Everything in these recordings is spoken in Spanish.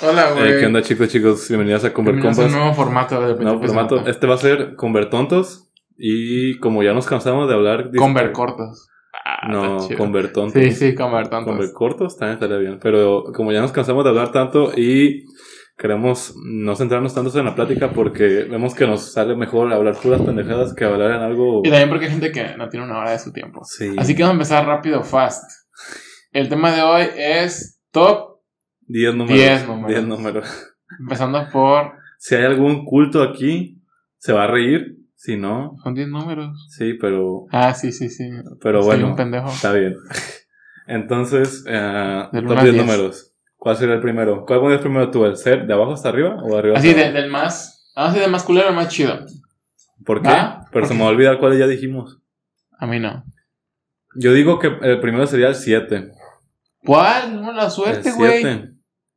Hola, Ah, güey. Eh, ¿Qué onda, chicos, chicos? Bienvenidos a Conver Bienvenidos a un Compas. nuevo pues, formato de Nuevo formato. Este va a ser Conver Tontos. Y como ya nos cansamos de hablar. dis- Conver cortos. Ah, No, está chido. Conver Tontos. Sí, sí, Conver tantos. Conver Cortos también estaría bien. Pero como ya nos cansamos de hablar tanto y queremos no centrarnos tanto en la plática porque vemos que nos sale mejor hablar puras pendejadas que hablar en algo. Y también porque hay gente que no tiene una hora de su tiempo. Sí. Así que vamos a empezar rápido, fast. El tema de hoy es top, 10 números. 10 números. 10 números. empezando por... Si hay algún culto aquí, se va a reír. Si no, Son 10 números. sí, pero, Ah, sí, sí, sí. pero Soy bueno, un pendejo. está bien. Entonces, eh, Del uno top al 10 diez. números. ¿Cuál sería el primero? ¿Cuál pondrías primero tú? ¿El ser de abajo hasta arriba o de arriba Así, hasta de- abajo? del más... Vamos a decir del más culero al más chido. ¿Por qué? ¿Ah? Pero se me va a olvidar cuál ya dijimos. A mí no. Yo digo que el primero sería el 7. ¿Cuál? No la El suerte, güey. 7.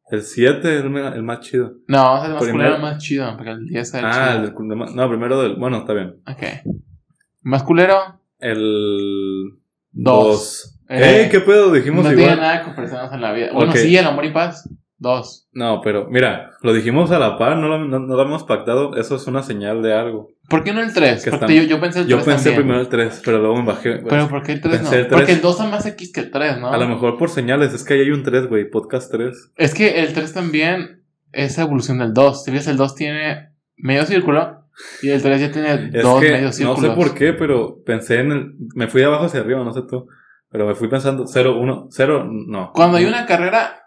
El 7 es el ma- el más chido. No, vamos a hacer el más Primero- culero al más chido, porque el 10 es el ah, el chido. del cul- No, primero del... Bueno, está bien. Ok. Más culero, El... Dos. 2. Eh, ¡Eh! ¿Qué pedo? Dijimos no igual. tiene nada con personas en la vida. Bueno, Ok. sí, el amor y paz. Dos. No, pero mira, lo dijimos a la par, no lo, no- no lo hemos pactado, eso es una señal de algo. ¿Por qué no el tres? Que Porque están- yo, yo pensé el Yo tres pensé también. primero el 3, pero luego me bajé. pues. Pero ¿por qué el tres no? pensé el tres. Porque el dos está más X que el tres, ¿no? a lo mejor por señales, es que ahí hay un 3, güey, podcast 3. Es que el tres también es evolución del dos. Si ves, el dos tiene medio círculo y el tres ya tiene Es dos que medios no círculos. sé por qué, pero pensé en el... Me fui de abajo hacia arriba, no sé tú. Pero me fui pensando 0, 1, 0, no. Cuando hay una carrera,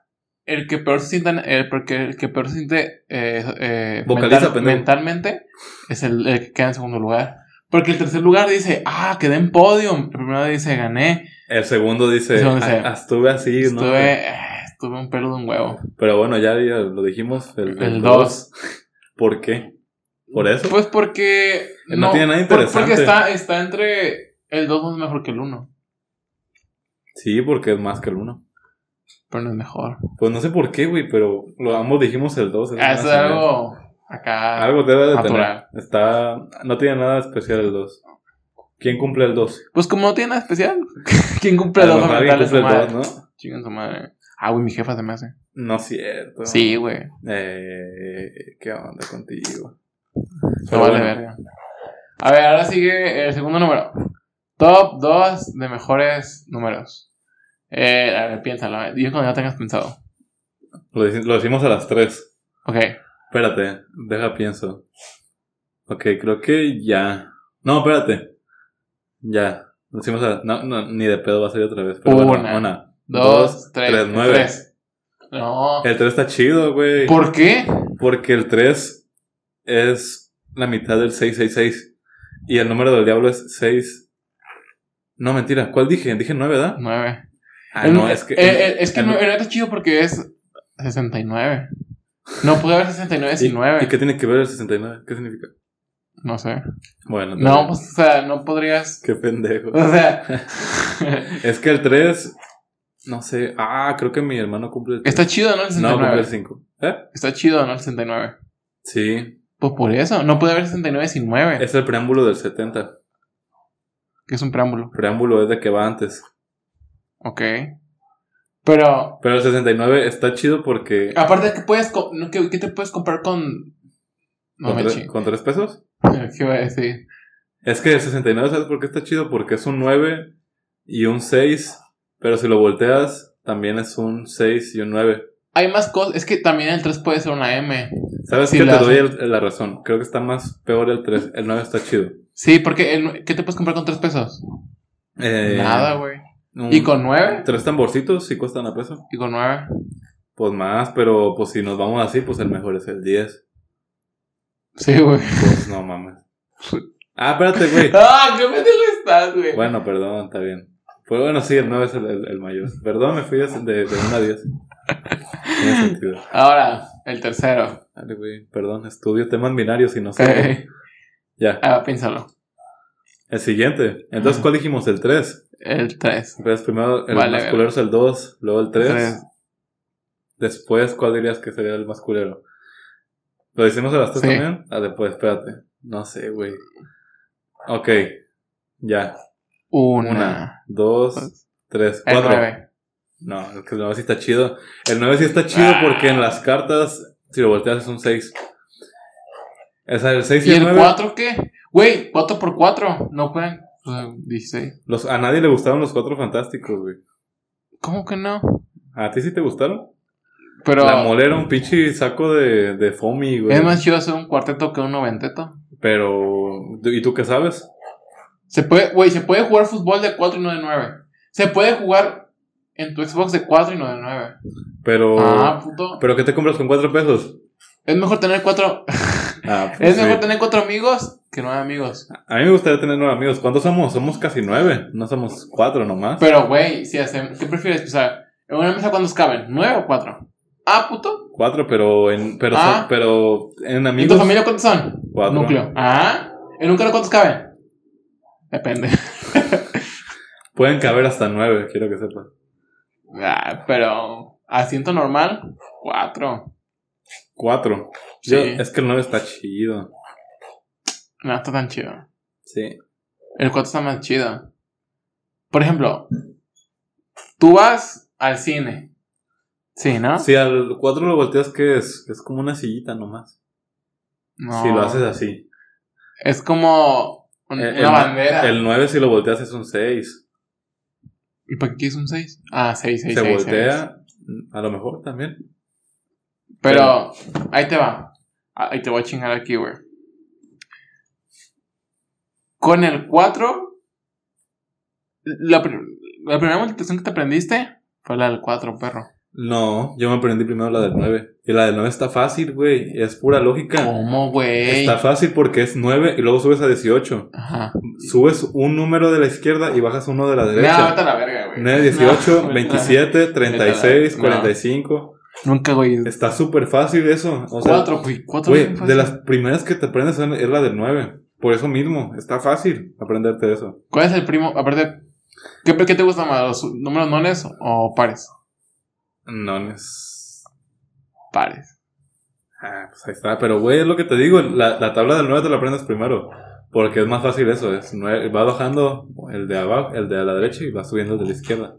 el que peor se sienta, el, porque el que peor se siente eh, eh, Vocaliza, pendejo. mentalmente es el, el que queda en segundo lugar. Porque el tercer lugar dice, ah, quedé en podium. El primero dice, gané. El segundo dice, El segundo dice, "Ah, estuve así, ¿no? estuve, eh, estuve un pelo de un huevo. Pero bueno, ya, ya lo dijimos, el, El dos. ¿Por qué? ¿Por eso? Pues porque. Eh, No tiene nada por- interesante. Porque está, está entre. El 2 no es mejor que el 1. sí, porque es más que el 1. Pero no es mejor. Pues no sé por qué, güey, pero lo ambos dijimos el 2. Ah, eso es algo. Acá. eh. Algo debe de natural. tener. Está... No tiene nada especial el 2. ¿Quién cumple el 2? Pues como no tiene nada especial. ¿Quién cumple el 2 Alguien a su cumple el madre? 2, ¿no? Chingan su madre. Ah, güey, mi jefa se me hace. No es cierto. Sí, güey. Eh, ¿Qué onda contigo? No Pero vale bueno, verga. A ver, ahora sigue el segundo número. Top 2 de mejores números. Eh, a ver, piénsalo. eh. Dime cuando ya tengas pensado. Lo, deci- lo decimos a las 3. Ok. Espérate, deja pienso. Ok, creo que ya. No, espérate. Ya. Lo decimos a... No, no, ni de pedo va a salir otra vez. Pero bueno, Una, una. 2, 3, tres, nueve. 3. No. El 3 está chido, güey. Eh, ¿Por qué? Porque el 3 es la mitad del 666. Y el número del diablo es 6. No, mentira. ¿Cuál dije? Dije 9, ¿verdad? 9. Ah, El- no, es que. eh, eh, es que el- no, era tan chido porque es 69. No puede haber 69 ¿Y, sin 9. ¿Y qué tiene que ver el 69? ¿Qué significa? No sé. Bueno, No, pues. pues, o sea, no podrías. Qué pendejo. O sea, es que el 3. No sé. Ah, creo que mi hermano cumple el 3. está chido, ¿no? El no, 69. pues, cumple el 5. ¿Eh? está chido, ¿no? El 69. Sí. Pues por eso, no puede haber 69 sin 9, Es el preámbulo del 70. que es un preámbulo. Preámbulo es de que va antes. Ok. Pero, Pero el 69 está chido porque. aparte, ¿qué, puedes co- no, ¿qué, qué te puedes comprar con.? No ¿Con me tres- chingo. ¿Con 3 pesos? ¿Qué iba a decir? Es que el 69, ¿sabes por qué está chido? Porque es un 9 y un 6, pero si lo volteas, también es un 6 y un 9. Hay más cosas. Es que también el 3 puede ser una M. ¿Sabes Sí, qué? la Te doy el- la razón. Creo que está más peor el 3. El 9 está chido. Sí, porque. El, ¿Qué te puedes comprar con 3 pesos? Eh, Nada, güey. un- ¿Y con 9? Tres tamborcitos sí cuestan a peso. Y con 9. Pues más, pero pues si nos vamos así, pues el mejor es el 10. Sí, güey. Pues no mames. Ah, espérate, güey. ¡Ah! ¡Qué pendejo estás, güey! Bueno, perdón, está bien. Pues bueno, sí, el 9 es el, el- el mayor. Perdón, me fui de, de, de 1 a 10. Tiene sentido. Ahora, el tercero. Dale, güey, pperdón, estudio temas binarios y no sé. Ok. Ya, Ah, piénsalo. el siguiente. Entonces, Ajá. ¿cuál dijimos? El 3. El 3. Entonces, primero el Vale, más verga. culero es el 2, luego el 3. Tres. Después, ¿cuál dirías que sería el más culero? ¿Lo decimos a las 3 Sí. también? Ah, después, espérate. No sé, güey. Ok, ya. Una. Ah. 1, 2, 3, El 4. 9. No, es que el 9 sí está chido. El 9 sí está chido Ah. porque en las cartas, si lo volteas, es un 6. O sea, el 6 ¿Y y el el 9, 4 qué? Güey, 4 por 4 No juegan. O sea, 16. los, a nadie le gustaron los cuatro fantásticos, güey. ¿Cómo que no? ¿A ti sí te gustaron? Pero La molera, un pinche saco de, de foamy, güey. es más chido hacer un cuarteto que un noventeto. Pero, ¿y tú qué sabes? Se puede, güey, se puede jugar fútbol de 4 y no de 9. Se puede jugar en tu Xbox de 4 y no de 9. Pero, Ah, puto. ¿pero qué te compras con cuatro pesos? Es mejor tener cuatro. Ah, pues Es sí. Ah. mejor tener cuatro amigos que nueve amigos. A mí me gustaría tener nueve amigos. ¿Cuántos somos? Somos casi nueve. No somos cuatro nomás. Pero, güey, si hacemos. ¿Qué prefieres? O sea, en una mesa cuántos caben, nueve o cuatro. Ah, puto. Cuatro, pero en, pero, son- Ah. pero en ¿Y tu amigos. familia cuántos son? Cuatro. Núcleo. Ah. ¿En un carro cuántos caben? Depende. Pueden caber hasta nueve, quiero que sepas. Ah, pero. Asiento normal, cuatro. Cuatro. Sí. Yo- es que el nueve está chido. No está tan chido. Sí. El cuatro está más chido. Por ejemplo, tú vas al cine. Sí, ¿no? Si al cuatro lo volteas, ¿qué es? Es como una sillita nomás. No. Si lo haces así. Eh, Es como un- El- una el- bandera. El nueve si lo volteas es un seis. ¿Y para qué es un 6? Ah, 6, 6, Se 6. voltea, a lo mejor también. Pero ahí te va. Ah, Ahí te voy a chingar aquí, güey. Con el 4, la, prim- la primera multiplicación que te aprendiste fue la del 4, perro. No, yo me aprendí primero la del 9. Y la del 9 está fácil, güey. Es pura lógica. ¿Cómo, güey? Está fácil porque es 9 y luego subes a 18. Ajá. Subes un número de la izquierda y bajas uno de la No, derecha. vete a la verga, güey. 9, 18, No, 27, 36, No. 45. Nunca, güey. Está súper fácil eso. O sea, 4, güey. 4 güey, de las primeras que te aprendes son- es la del 9. Por eso mismo, está fácil aprenderte eso. ¿Cuál es el primo? Aparte, ¿qué, ¿qué te gusta más? ¿Los números nones o pares? No es... Pares. Ah, pues ahí está. Pero, güey, es lo que te digo. La, la tabla del 9 te la aprendes primero. Porque es más fácil eso. Es nue- va bajando el de abajo, el de la derecha y va subiendo el de la izquierda.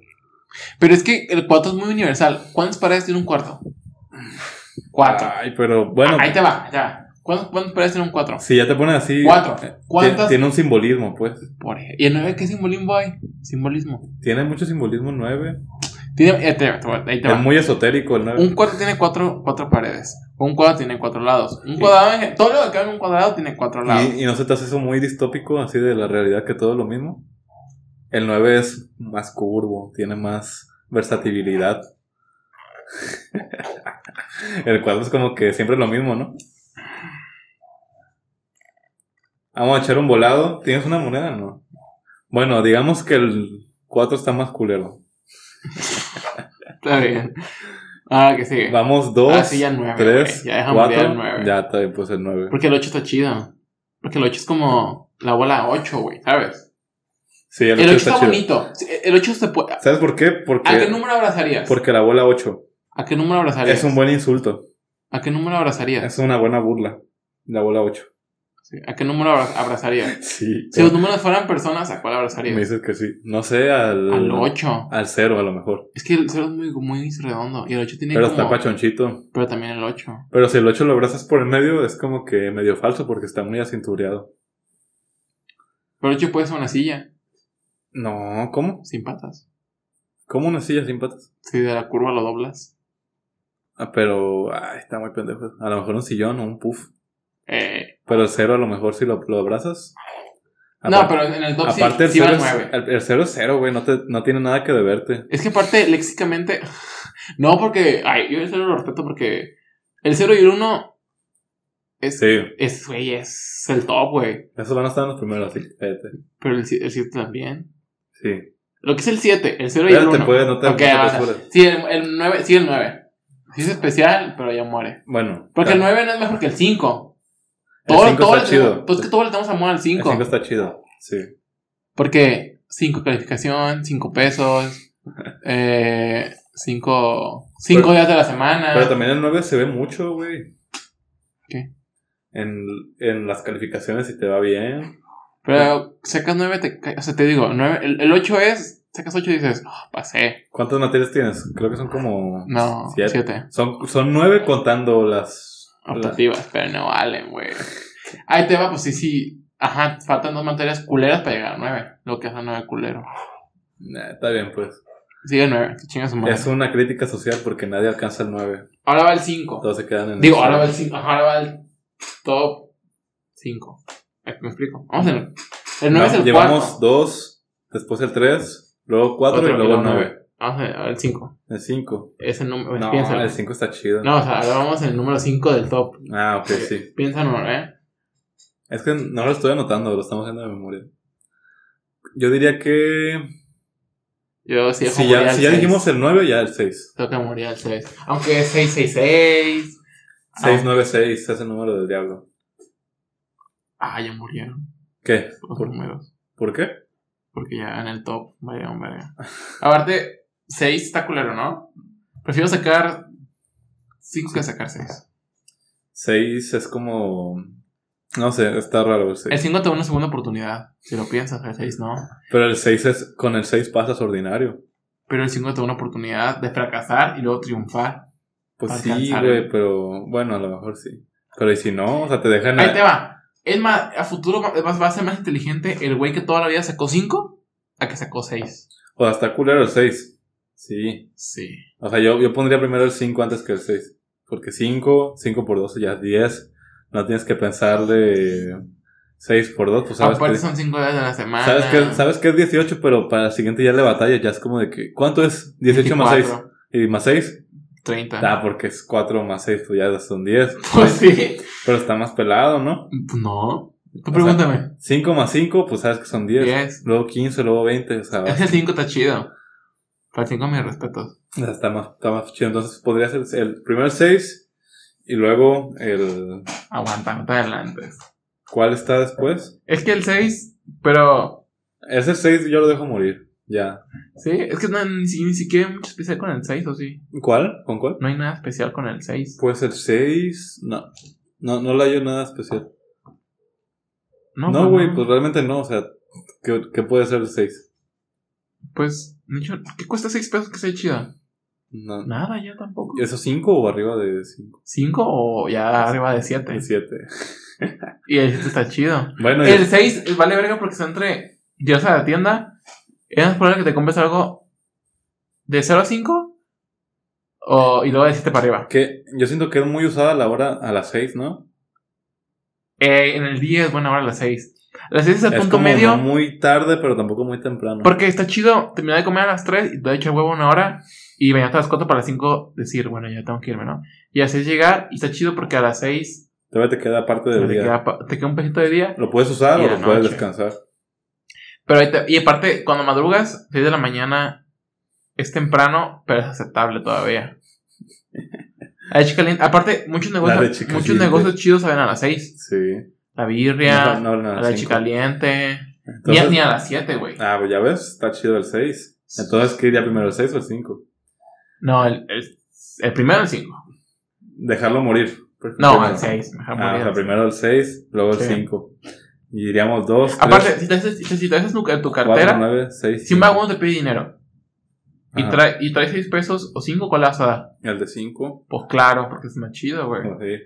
Pero es que el 4 es muy universal. ¿Cuántos paredes tiene un cuarto? 4. Ay, pero bueno. ahí te va, ahí te va. ¿Cuántos, cuántos paredes tiene un 4? Si ya te pones así. eh, 4. ti- ¿Cuántas? Tiene un simbolismo, pues. Por ej- ¿Y el 9 qué simbolismo hay? Simbolismo. Tiene mucho simbolismo el 9. Tiene, ahí te va, te va, ahí te va. Es muy esotérico el 9. Un cuarto tiene 4 cuatro paredes. Un cuadro tiene 4 lados. Un cuadrado, en gen- todo lo que cabe en un cuadrado tiene 4 lados. ¿Y, y no se te hace eso muy distópico, así de la realidad que todo es lo mismo. El 9 es más curvo, tiene más versatilidad. el cuadro es como que siempre lo mismo, ¿no? Vamos a echar un volado. ¿Tienes una moneda? No. Bueno, digamos que el 4 está más culero. Está bien. Ah, que sigue. Vamos 2, Ah, sí, ya nueve, 3, güey. Ya dejamos ya el 4. nueve. Ya está bien, pues el 9. Porque el 8 está chido. Porque el 8 es como la bola 8, güey, ¿sabes? Sí, el El 8 8 está, está chido. bonito. Ah, Sí, El 8 se puede. ¿Sabes por qué? Porque, ¿A qué número abrazarías? porque la bola 8 ¿A qué número abrazarías? es un buen insulto. ¿A qué número abrazarías? Es una buena burla. La bola 8. Sí, ¿A qué número abra- abrazarías? Sí. Si los números fueran personas, ¿a cuál me abrazarías? dices que sí. No sé, al. Al 8. Al 0, a lo mejor. Es que el 0 es muy, muy redondo. Y el 8 tiene Pero como... está pachonchito. Pero también el 8. Pero si el 8 lo abrazas por el medio, es como que medio falso porque está muy acintureado. Pero el 8 puede ser una silla. No, ¿cómo? Sin patas. ¿Cómo una silla sin patas? Si de la curva lo doblas. Ah, pero. ay, está muy pendejo. A lo mejor un sillón o un puff. Eh, Pero el 0, a lo mejor si lo, lo abrazas. no, Apar- pero en el top sí, Aparte, sí el, va 0 al 9. es, el, el 0 es 0, güey. No, te- no tiene nada que deberte. Es que aparte, léxicamente... No, porque... Ay, yo el 0 lo respeto porque... El 0 y el 1... Es, Sí, es, güey, es el top, güey. esos van a estar en los primeros, así que cállate. Pero el 7 también. Sí. Lo que es el 7, el 0 y el Espérate, 1. pues, no te Ok, no te ahora. apresures. Sí, el, el 9, sí, el 9. Sí es especial, pero ya muere. Bueno. Porque ya. el 9 no es mejor que el 5. El Todo, cinco todo está le chido. tenemos- pues es que todo le tenemos amor al El 5. cinco está chido. Sí. Porque 5 calificación, 5 pesos, 5 Pero- días de la semana. Pero también el 9 se ve mucho, güey. ¿Qué? En, en las calificaciones si te va bien. Pero sacas 9, te, ca- o sea, te digo, nueve- el, 8 es sacas 8 y dices, "Ah, pasé. ¿Cuántas materias tienes? Creo que son como. No, Siete. 7. Son, son nueve contando las. Ah, las- Optativas, pero no valen, güey. Ahí te va, pues sí, sí. Ajá, faltan dos materias culeras para llegar a 9. Lo que es a 9 culero. Nah, está bien, pues. Sigue 9, que chingas su madre. Es una crítica social porque nadie alcanza el nueve. Ahora va el 5. Todos se quedan en. Digo, ahora va el 5. Ahora va el top 5. ¿Me explico? Vamos en el. El 9 No, es el Llevamos 4. dos, después el tres, luego cuatro Otro, y luego luego nueve. Vamos en el 5. El cinco. Es el número. No, Pues piénsalo. el cinco está chido. No, o sea, ahora vamos en el número 5 del top. Ah, Eh, ok, sí. Piensa en uno, ¿eh? Es que no lo estoy anotando, lo estamos haciendo de memoria. Yo diría que. Yo sí dejo Si morir ya, al si ya seis. dijimos el 9, ya el 6. Tengo que morir al 6. Aunque es 666. 696 es el número del diablo. Ah, ya murieron. ¿Qué? Los ¿Por, números. por qué? Porque ya en el top. Vaya, hombre. Aparte, 6 está culero, ¿no? Prefiero sacar 5 que sacar 6. 6 es como. No sé, está raro el El 6. 5 te da una segunda oportunidad. Si lo piensas, el 6 no. Pero el 6 es. Con el 6 pasas ordinario. Pero el 5 te da una oportunidad de fracasar y luego triunfar. Pues sí, Alcanzar. güey, pero. Bueno, a lo mejor sí. Pero y si no, o sea, te dejan. Ahí te va. Es más, a futuro va, va- va a ser más inteligente el güey que toda la vida sacó 5 a que sacó 6. O sea, está culero el 6. Sí. Sí. O sea, yo, yo pondría primero el 5 antes que el 6. Porque 5, 5 por 2 ya es 10. No tienes que pensar de 6 por 2. Pues sabes Aparte que, son 5 días de la semana. sabes, que, sabes que es 18, pero para el siguiente ya le batalla. Ya es como de que. ¿Cuánto es? 18 más 6. 24, ¿Y más 6? 30. Ah, porque es 4 más 6, pues ya son 10. Pues sí. Pero está más pelado, ¿no? Pues No. Tú pregúntame. 5 más 5, pues sabes que son 10. 10. Luego 15, luego 20. O sea, Ese 5 está chido. Para 5 mis respetos. está más, está más chido. Entonces podría ser el primero el 6 y luego el. Aguanta, no te adelantes. ¿Cuál está después? Es que el 6, pero. Ese 6 yo lo dejo morir. Ya. Sí, es que no, ni, si- ni siquiera hay mucho especial con el 6, ¿o sí? ¿Cuál? ¿Con cuál? No hay nada especial con el 6. Pues el 6. No. No, no le hallo nada especial. pues No, güey, pues realmente no. O sea, ¿qué, qué puede ser el 6? Pues, de hecho, ¿qué cuesta 6 pesos que sea chida? No. Nada, ya tampoco. ¿Eso 5 o arriba de 5? 5 o ya arriba de 7. 7. Y el 7 está chido. Bueno, y El 6 vale verga porque está entre Dios a la tienda. Es más probable que te compres algo de 0 a 5 o, y luego de 7 para arriba. que yo siento que es muy usada la hora a las 6, ¿no? Eh, en el 10 es buena hora las 6. Las 6 es el es Este punto como medio no muy tarde, pero tampoco muy temprano. porque está chido terminar de comer a las 3 y te he hecho huevo una hora y mañana a las 4 para las 5 decir, bueno, ya tengo que irme, ¿no? Y a las 6 llegar y está chido porque a las 6 Todavía te queda parte te del día. queda, pa- te queda un pejito de día. Lo puedes usar Y o la lo puedes noche. descansar. Pero ahí te- y aparte, cuando madrugas, 6 de la mañana es temprano, pero es aceptable todavía. La de chica Linda- Aparte, muchos La de negocios, chica muchos caliente. negocios chidos salen a las 6. Sí. La birria, no, no, no, la de cinco. chica caliente. Ni, Entonces- a- ni a las 7, güey. Ah, pues ya ves, está chido el 6. Entonces, ¿qué iría primero, el 6 o el 5? No, el, el, el primero el 5. Dejarlo morir. Pues, No, Primero. el 6. Mejor Ah, o morir sea, al seis. primero el 6, luego el Sí. 5. Y iríamos 2, Aparte, 3, si te haces, si te- si te haces tu, tu 4, cartera, 9, 6. si un vagabundo te pide dinero y trae, y trae 6 pesos o 5 colas a dar, El de 5. pues claro, porque es más chido, güey. ¿Por qué?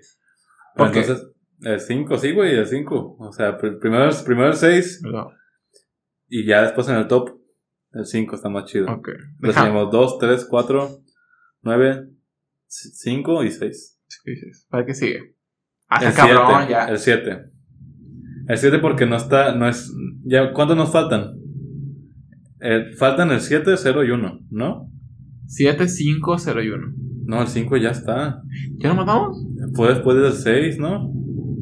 Entonces, el 5, sí, güey, el 5. O sea, pr- primero, primero el 6 Pero, y ya después en el top, el 5 está más chido. Ok. Entonces, Deja- tenemos 2, 3, 4, 9, 5 y 6. ¿Qué dices? ¿Para qué sigue? Ah, El está cabrón, siete, ya. El 7. El 7 porque no está, no es, ya, ¿cuántos nos faltan? Eh, faltan el 7, 0 y 1, ¿no? 7501. No, el 5 ya está. ¿Ya lo matamos? Fue después del 6, ¿no?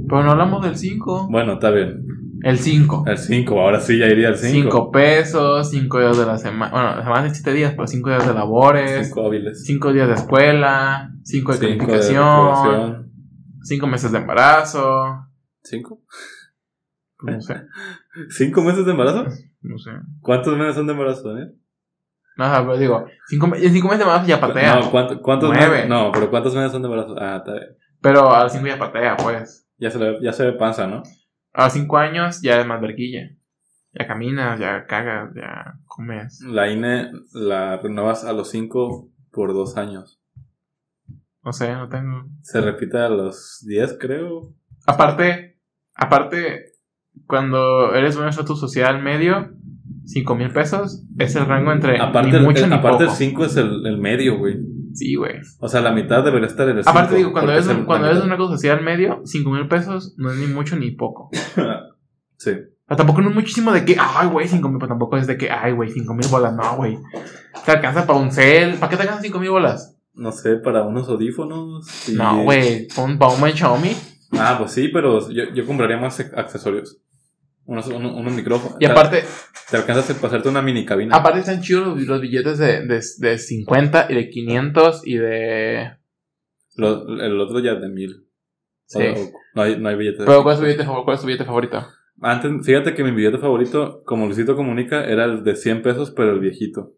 Pero no hablamos del 5. Bueno, está bien. El 5. El 5, ahora sí ya iría el 5. 5 pesos, 5 días de la semana. Bueno, la semana de 7 días, pero 5 días de labores, 5 hábiles. 5 días de escuela, 5 pues. de Cinco calificación, 5 meses de embarazo. ¿Cinco? No sé, ¿Eh? ¿Cinco meses de embarazo? no sé. ¿Cuántos meses son de embarazo, Daniel? No, o sea, pero digo, 5 meses de embarazo ya patea. No, ¿cuánto- ¿cuántos Nueve. meses? No, pero ¿cuántos meses son de embarazo? Ah, está bien. Pero a los 5 ya patea, pues. Ya se, le- ya se ve panza, ¿no? A los 5 años ya es más verguilla. Ya caminas, ya cagas, ya comes. La INE la renuevas a los 5 por 2 años. No sé, no tengo. Se repite a los 10, creo. Aparte, aparte, cuando eres un estatus social medio, 5 mil pesos es el rango entre Aparte, Eh, ni el- mucho el, ni aparte el poco. 5 es el, el medio, güey. Sí, güey. O sea, la mitad debería estar en el 5. Aparte, digo, cuando eres, un, cuando eres un estatus social medio, 5 mil pesos no es ni mucho ni poco. Sí. Pero tampoco no es muchísimo de que, ay, güey, 5 mil, pero tampoco es de que, ay, güey, 5 mil bolas, no, güey. Te alcanza para un cel. ¿Para qué te alcanzan 5 mil bolas? No sé, para unos audífonos. y- No, güey, para un, para un buen Xiaomi. Ah, pues sí, pero yo, yo compraría más ac- accesorios. Unos, unos, unos micrófonos. Y aparte, Te alcanzas a pasarte una mini cabina. aparte están chidos los, los billetes de, de, de 50 y de 500 y de... Lo- el otro ya de mil. Sí. O- o- no, hay, no hay billetes. Pero ¿cuál es tu billete, favor- cuál es tu billete favorito? Antes, fíjate que mi billete favorito, como Luisito comunica, era el de 100 pesos, pero el viejito.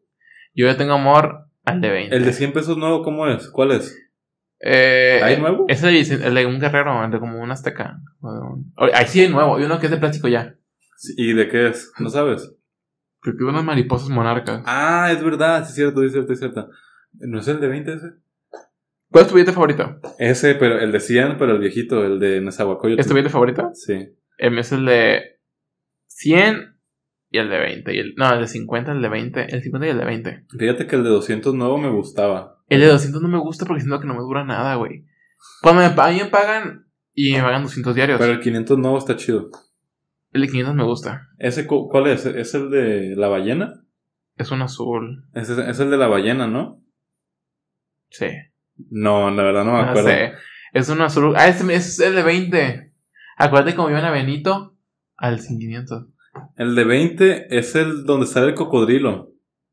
Yo ya tengo amor al de 20. ¿El de 100 pesos nuevo cómo es? ¿Cuál es? Eh, ¿Hay nuevo? Es el, de- el de un guerrero, el de como un azteca. o de un- o- Ahí sí hay nuevo, hay uno que es de plástico ya. Sí, ¿Y de qué es? ¿No sabes? Creo que unas mariposas monarcas. Ah, es verdad, sí es cierto, sí es cierto, sí es cierto. ¿No es el de 20 ese? ¿Cuál es tu billete favorito? Ese, pero el de 100, pero el viejito, el de Nezahualcóyotl. ¿Es tu billete favorito? Sí. El mío es el de 100 y el de 20. Y el, no, el de 50, el de 20. El 50 y el de 20. Fíjate que el de 200 nuevo me gustaba. El de 200 no me gusta porque siento que no me dura nada, güey. Cuando me, pa- a mí me pagan y me pagan 200 diarios. Pero el 500 nuevo está chido. el de 500 me gusta. ¿Ese cu- cuál es? ¿Es el de la ballena? Es un azul. Ese es el de la ballena, ¿no? Sí. No, la verdad no me No acuerdo. sé. Es un azul. Ah, ese es el de 20. Acuérdate cómo iban a Benito al 500. El de 20 es el donde sale el cocodrilo.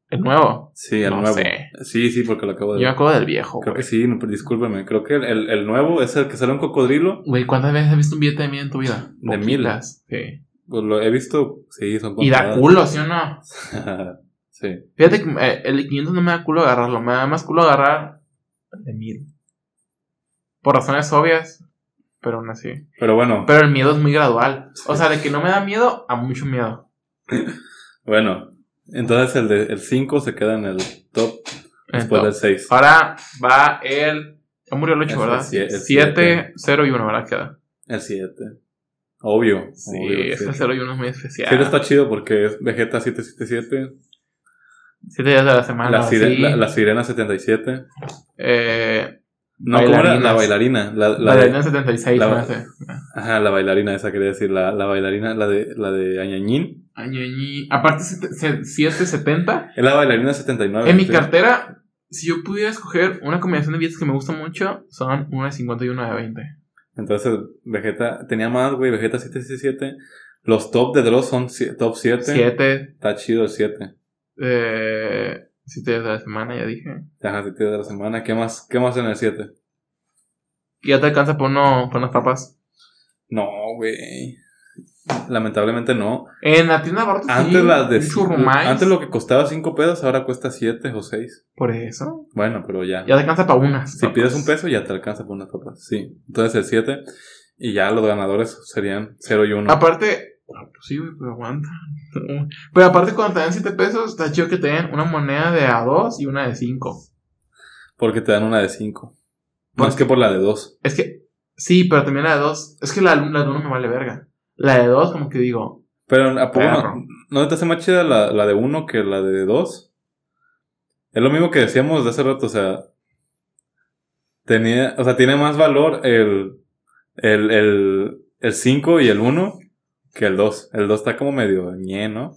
El nuevo. Sí, el no nuevo. sé. Sí, sí, porque lo acabo de Yo me ver. acuerdo del viejo, Creo güey. que sí, no, pero discúlpeme. Creo que el, el- el nuevo es el que sale un cocodrilo. Güey, ¿cuántas veces has visto un billete de mil en tu vida? De mil. Poquitas. Sí. Pues lo he visto. Sí, son Y da contadas. culo, ¿sí o no? sí. Fíjate que eh, el de 500 no me da culo agarrarlo, me da más culo agarrar el de 1000. Por razones obvias, pero aún así. Pero bueno, Pero el miedo es muy gradual. O sea, de que no me da miedo a mucho miedo. bueno. Entonces el de el 5 se queda en el top después del Entonces, 6. ahora va el. Ya murió el 8, Es el ¿verdad? sie- el 7, 0 y 1, ¿verdad? Queda. El 7. Obvio. Sí, obvio, ese sí. 0 y 1 es muy especial. 7 está chido porque es Vegeta 777, 7 días de la semana. la, sire- Ah, sí. la, la Sirena 77. Eh, No, ¿cómo era? La Bailarinas. bailarina. La, la la de- de 76, la- no sé. Ajá, la bailarina, esa quería decir, la, la bailarina, la de, la de Añañín. Año y- Aparte, 770. Es la bailarina 79. En mi Ah, sí. cartera, si yo pudiera escoger una combinación de billetes que me gusta mucho, son una de 50 y una de 20. Entonces, Vegeta tenía más, güey, Vegeta 777. Los top de Dross son si- top 7. 7, Está chido el 7. eh, 7 días de la semana, ya dije. Ajá, 7 de la semana. ¿Qué más, qué más en el 7? Y ya te alcanza por, uno, por unas papas. No, güey. Lamentablemente no. En la tienda de barato, Antes sí, las de. un churrumais. Antes lo que costaba 5 pesos, ahora cuesta 7 o 6. Por eso. Bueno, pero ya. Ya pues. te alcanza para unas. si papas. pides un peso, ya te alcanza por unas papas. Sí. Entonces el 7. Y ya los ganadores serían 0 y 1. Aparte, ah, pues sí, güey, pero aguanta. Pero aparte, cuando te dan 7 pesos, está chido que te den una moneda de a 2 y una de 5. pues. Porque te dan una de 5. ¿Por Más que por la de 2. Es que, sí, pero también la de 2. Es que la, la de 1 me vale verga. La de 2, como que digo, Pero ¿a poco Perro. no, no te hace más chida la, la de uno que la de dos? Es lo mismo que decíamos de hace rato, o sea. Tenía, o sea, tiene más valor el. el. el. el 5 y el 1 que el 2. El 2 está como medio ñe, ¿no?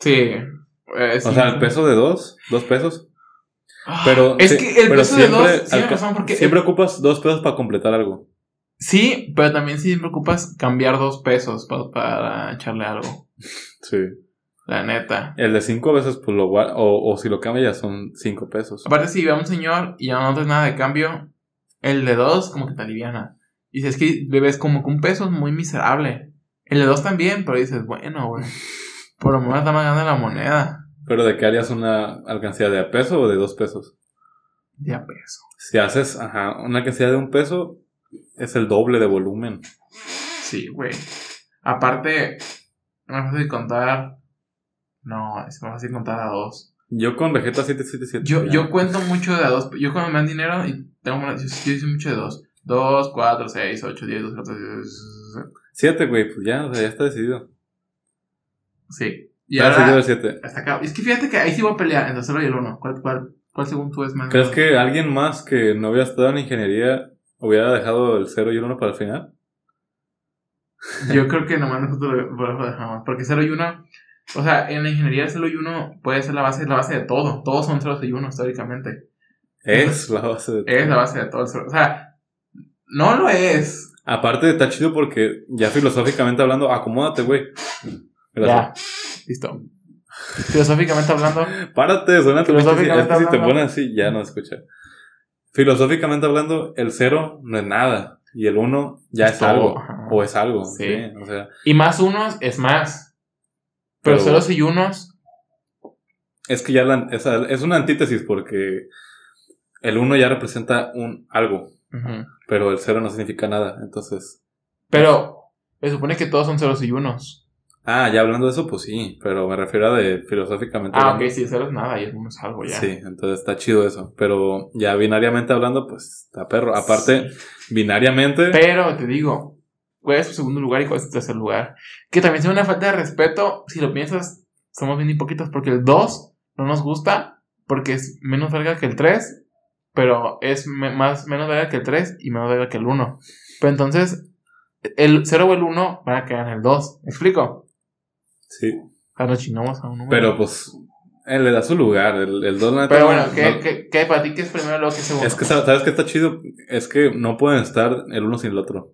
Sí. eh, sí. O sea, el peso de 2, 2 pesos. Ah, Pero. es sí- que el pero peso de dos siempre siempre alca- razón porque Siempre ocupas 2 pesos para completar algo. sí, pero también si me ocupas cambiar dos pesos pa- para echarle algo. Sí. La neta. El de 5 veces, pues lo guar- o, o si lo cambias ya son 5 pesos. Aparte, si ve a un señor y ya no traes nada de cambio, el de dos como que te aliviana. Y si es que bebes como que un peso es muy miserable. El de dos también, pero dices, bueno, güey. Por lo menos está más grande la moneda. Pero ¿de qué harías una alcancía de a peso o de 2 pesos? Ya peso. Si haces ajá, una cantidad de un peso, es el doble de volumen. Sí, güey. Aparte, no sé si contar No, es más fácil contar a dos. Yo con Vegeta 777. Yo, ya. yo cuento mucho de a dos. Yo cuando me dan dinero y tengo una- yo, yo hice mucho de dos. Dos, cuatro, seis, ocho, diez, dos, cuatro, diez. Siete, güey, pues ya, o sea, ya está decidido. Sí. Y Ya decidido ahora, el siete. hasta acá. Es que fíjate que ahí sí voy a pelear entre el cero y el uno. ¿Cuál, cuál, cuál según tú es más? ¿Crees que alguien más que no hubiera estado en ingeniería hubiera dejado el 0 y el 1 para el final? Yo creo que nomás nosotros lo, lo dejamos. Porque cero y uno. O sea, en la ingeniería el cero y uno puede ser la base, es la base de todo. Todos son ceros y uno históricamente. Es la base de Pues, Es la base de todo el cero. O sea, no lo es. Aparte está chido porque ya filosóficamente hablando, acomódate, güey. Gracias. Ya. Listo. Filosóficamente hablando. Párate, suena tu pinche- Filosóficamente es que si te hablando. pones así, ya no escucha. Filosóficamente hablando, el cero no es nada. Y el uno ya es, Es todo, algo. ajá. O es algo. Sí. Sí. O sea, Y más unos es más. Pero, Pero- ceros y unos. es que ya la- es, es una antítesis porque el uno ya representa un algo. Ujú. Pero el cero no significa nada. Entonces. Pero se supone que todos son ceros y unos. Ah, ya hablando de eso, pues sí. Pero me refiero a de filosóficamente Ah, hablando. ok, sí, cero es nada y el uno es algo ya. Sí, entonces está chido eso. Pero ya binariamente hablando, pues está perro. Aparte, binariamente. Pero te digo, ¿cuál es tu segundo lugar y cuál es tu tercer lugar? Que también sea una falta de respeto. Si lo piensas, somos bien poquitos porque el 2 no nos gusta porque es menos verga que el 3, pero es me- más, menos verga que el 3 y menos verga que el 1. Pero entonces, el 0 o el 1 van a quedar en el 2. ¿Me explico? Sí. O sea, nos chingamos a un número. Pero pues eh, le da su lugar. El, el dos, la neta, Pero no- bueno, ¿qué, no- qué- qué para ti qué es primero luego que es segundo? Es que sa- sabes que está chido. Es que no pueden estar el uno sin el otro.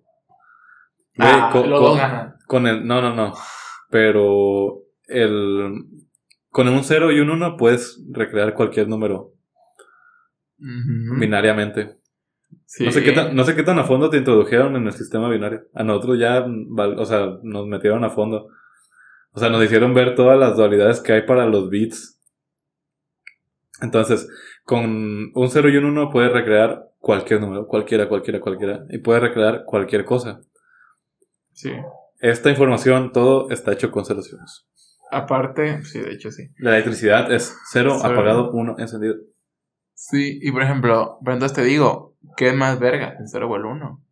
Güey, Ah, co- los co- dos ganan. con el. No, no, no. Pero el. Con un 0 y un 1 puedes recrear cualquier número Ujú. binariamente. Sí. No, sé qué tan, no sé qué tan a fondo te introdujeron en el sistema binario. A nosotros ya, val- o sea, nos metieron a fondo. O sea, nos hicieron ver todas las dualidades que hay para los bits. Entonces, con un 0 y un 1 puedes recrear cualquier número, cualquiera, cualquiera, cualquiera. Y puedes recrear cualquier cosa. Sí. Esta información, todo está hecho con ceros y unos. Aparte, sí, de hecho sí. La electricidad es 0, Cero. apagado, 1, encendido. Sí, y por ejemplo, pero entonces te digo, ¿qué es más verga? ¿El 0 o el 1?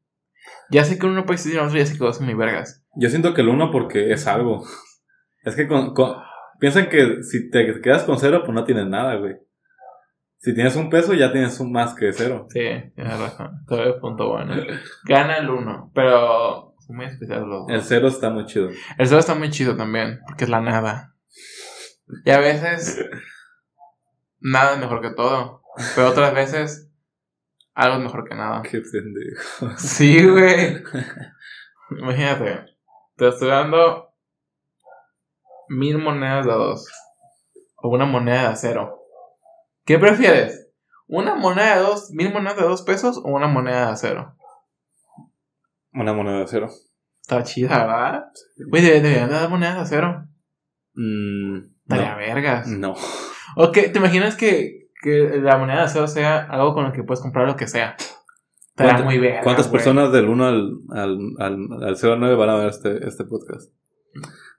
Ya sé que uno puede existir en el otro, ya sé que dos son muy vergas. Yo siento que el 1 porque es algo. Es que con, con- piensan que si te quedas con cero, pues no tienes nada, güey. Si tienes un peso, ya tienes un más que cero. Sí, tienes razón. Todo es punto bueno. Gana el 1, pero son muy especiales los El dos. cero está muy chido. El 0 está muy chido también, porque es la nada. Y a veces, nada es mejor que todo. Pero otras veces, algo es mejor que nada. Qué pendejo. Sí, güey. Imagínate, te estoy dando mil monedas de a dos. O una moneda de a cero. ¿Qué prefieres? ¿Una moneda de dos, mil monedas de dos pesos o una moneda de a cero? Una moneda de cero. Está chida, ¿verdad? Güey, debe- deberían de dar monedas de a cero. Mm, Estaría no. Mm. vergas. No. ¿O qué? ¿Te imaginas que, que la moneda de a cero sea algo con lo que puedes comprar lo que sea? Estaría ¿Cuánta- muy verga, ¿Cuántas güey. personas del 1 al, al, al, al 0 al 9 van a ver este, este podcast?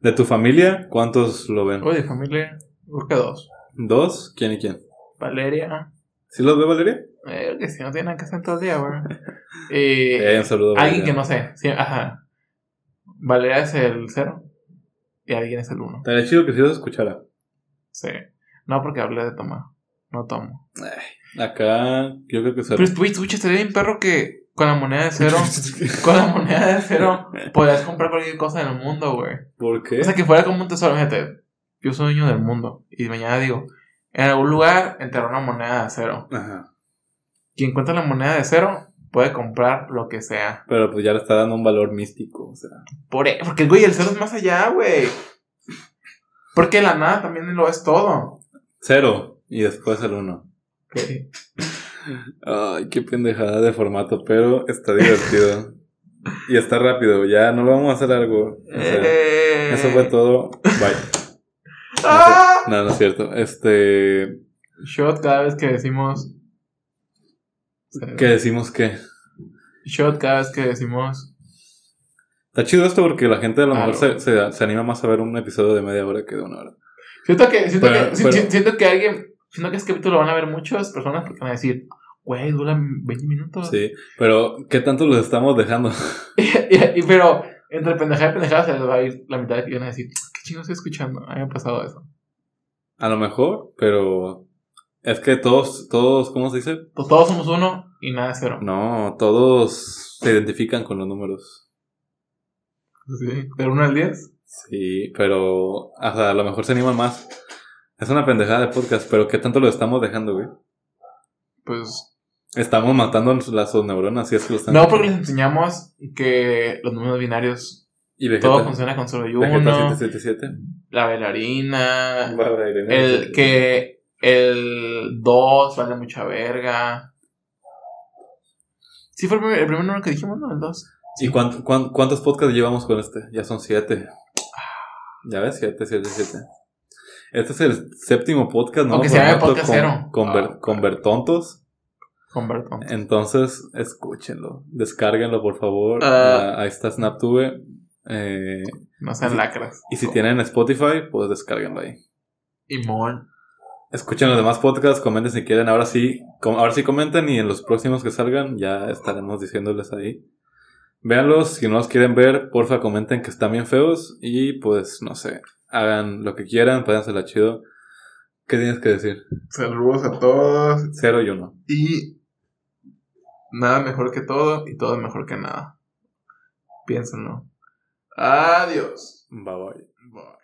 ¿De tu familia, cuántos lo ven? Uy, de familia, creo que dos. ¿Dos? ¿Quién y quién? Valeria, ¿Sí los ve Valeria? Eh, creo que si no tiene nada que hacer en todo el día, güey. Eh, Eh, un saludo. a alguien Valeria. que no sé. sí, ajá. Valeria es el cero y alguien es el uno. Estaría chido que si los escuchara. Sí. No, porque hablé de tomar. No tomo. Acá, yo creo que será. Pero güey, escucha, estaría bien perro que con la moneda de cero, con la moneda de cero, podrías comprar cualquier cosa en el mundo, güey. ¿Por qué? O sea, que fuera como un tesoro. Fíjate, yo soy dueño del mundo y mañana digo, en algún lugar enterré una moneda de cero. Ajá. Quien encuentra la moneda de cero puede comprar lo que sea. Pero pues ya le está dando un valor místico. O sea, Por e- porque, güey, el cero es más allá, güey. Porque la nada también lo es todo. cero y después el uno. Ay, qué pendejada de formato, pero está divertido. y está rápido, ya no lo vamos a hacer algo. O sea, Eh. Eso fue todo. Bye. ¡Ah! No, no es cierto. Este. Shot cada vez que decimos. ¿Qué decimos qué? Shot cada vez que decimos. Está chido esto porque la gente a lo mejor Claro. se, se- se anima más a ver un episodio de media hora que de una hora. Siento que, siento, Pero- que, si- pero- si- siento que alguien, siento que este capítulo lo van a ver muchas personas porque van a decir, güey, dura 20 minutos. Sí, pero ¿qué tanto los estamos dejando? y, y- pero entre pendejada y pendejada se les va a ir la mitad y van a decir, ¿qué chingo estoy escuchando? A mí me ha pasado eso. A lo mejor, pero es que todos, todos, ¿cómo se dice? Pues todos somos uno y nada es cero. Mm. No, todos se identifican con los números. Sí. Pero uno al 10. Sí, pero o sea, a lo mejor se animan más. Es una pendejada de podcast, pero ¿qué tanto lo estamos dejando, güey? Pues. Estamos matando las sus neuronas, si es que lo están No, porque les enseñamos que los números binarios, Y Vegeta, todo funciona con solo y Vegeta uno. 777. La bailarina. Va, va, Irene, El 777. que el 2 vale mucha verga. Sí, fue el primer, el primer número que dijimos, ¿no? El 2. ¿Y cuánto- cuán- cuántos podcasts llevamos con este? Ya son siete. Ya ves, siete, siete, siete. Este es el séptimo podcast, ¿no? Aunque se llame Formato podcast cero. Con, ver- con Bertontos. Con Bertón. Entonces, escúchenlo. Descárguenlo, por favor. Ah. Ah, ahí está SnapTube. Eh, No sean Sí. lacras. y si tienen Spotify, pues descárguenlo ahí. Y Mon. Escuchen los demás podcasts, comenten si quieren. Ahora sí, com- ahora sí comenten y en los próximos que salgan ya estaremos diciéndoles ahí. Véanlos, si no los quieren ver, porfa comenten que están bien feos y pues no sé, hagan lo que quieran, pásensela chido. ¿Qué tienes que decir? Saludos a todos. Cero y uno. Y nada mejor que todo y todo mejor que nada. Piénsenlo. Adiós. Bye bye. Bye.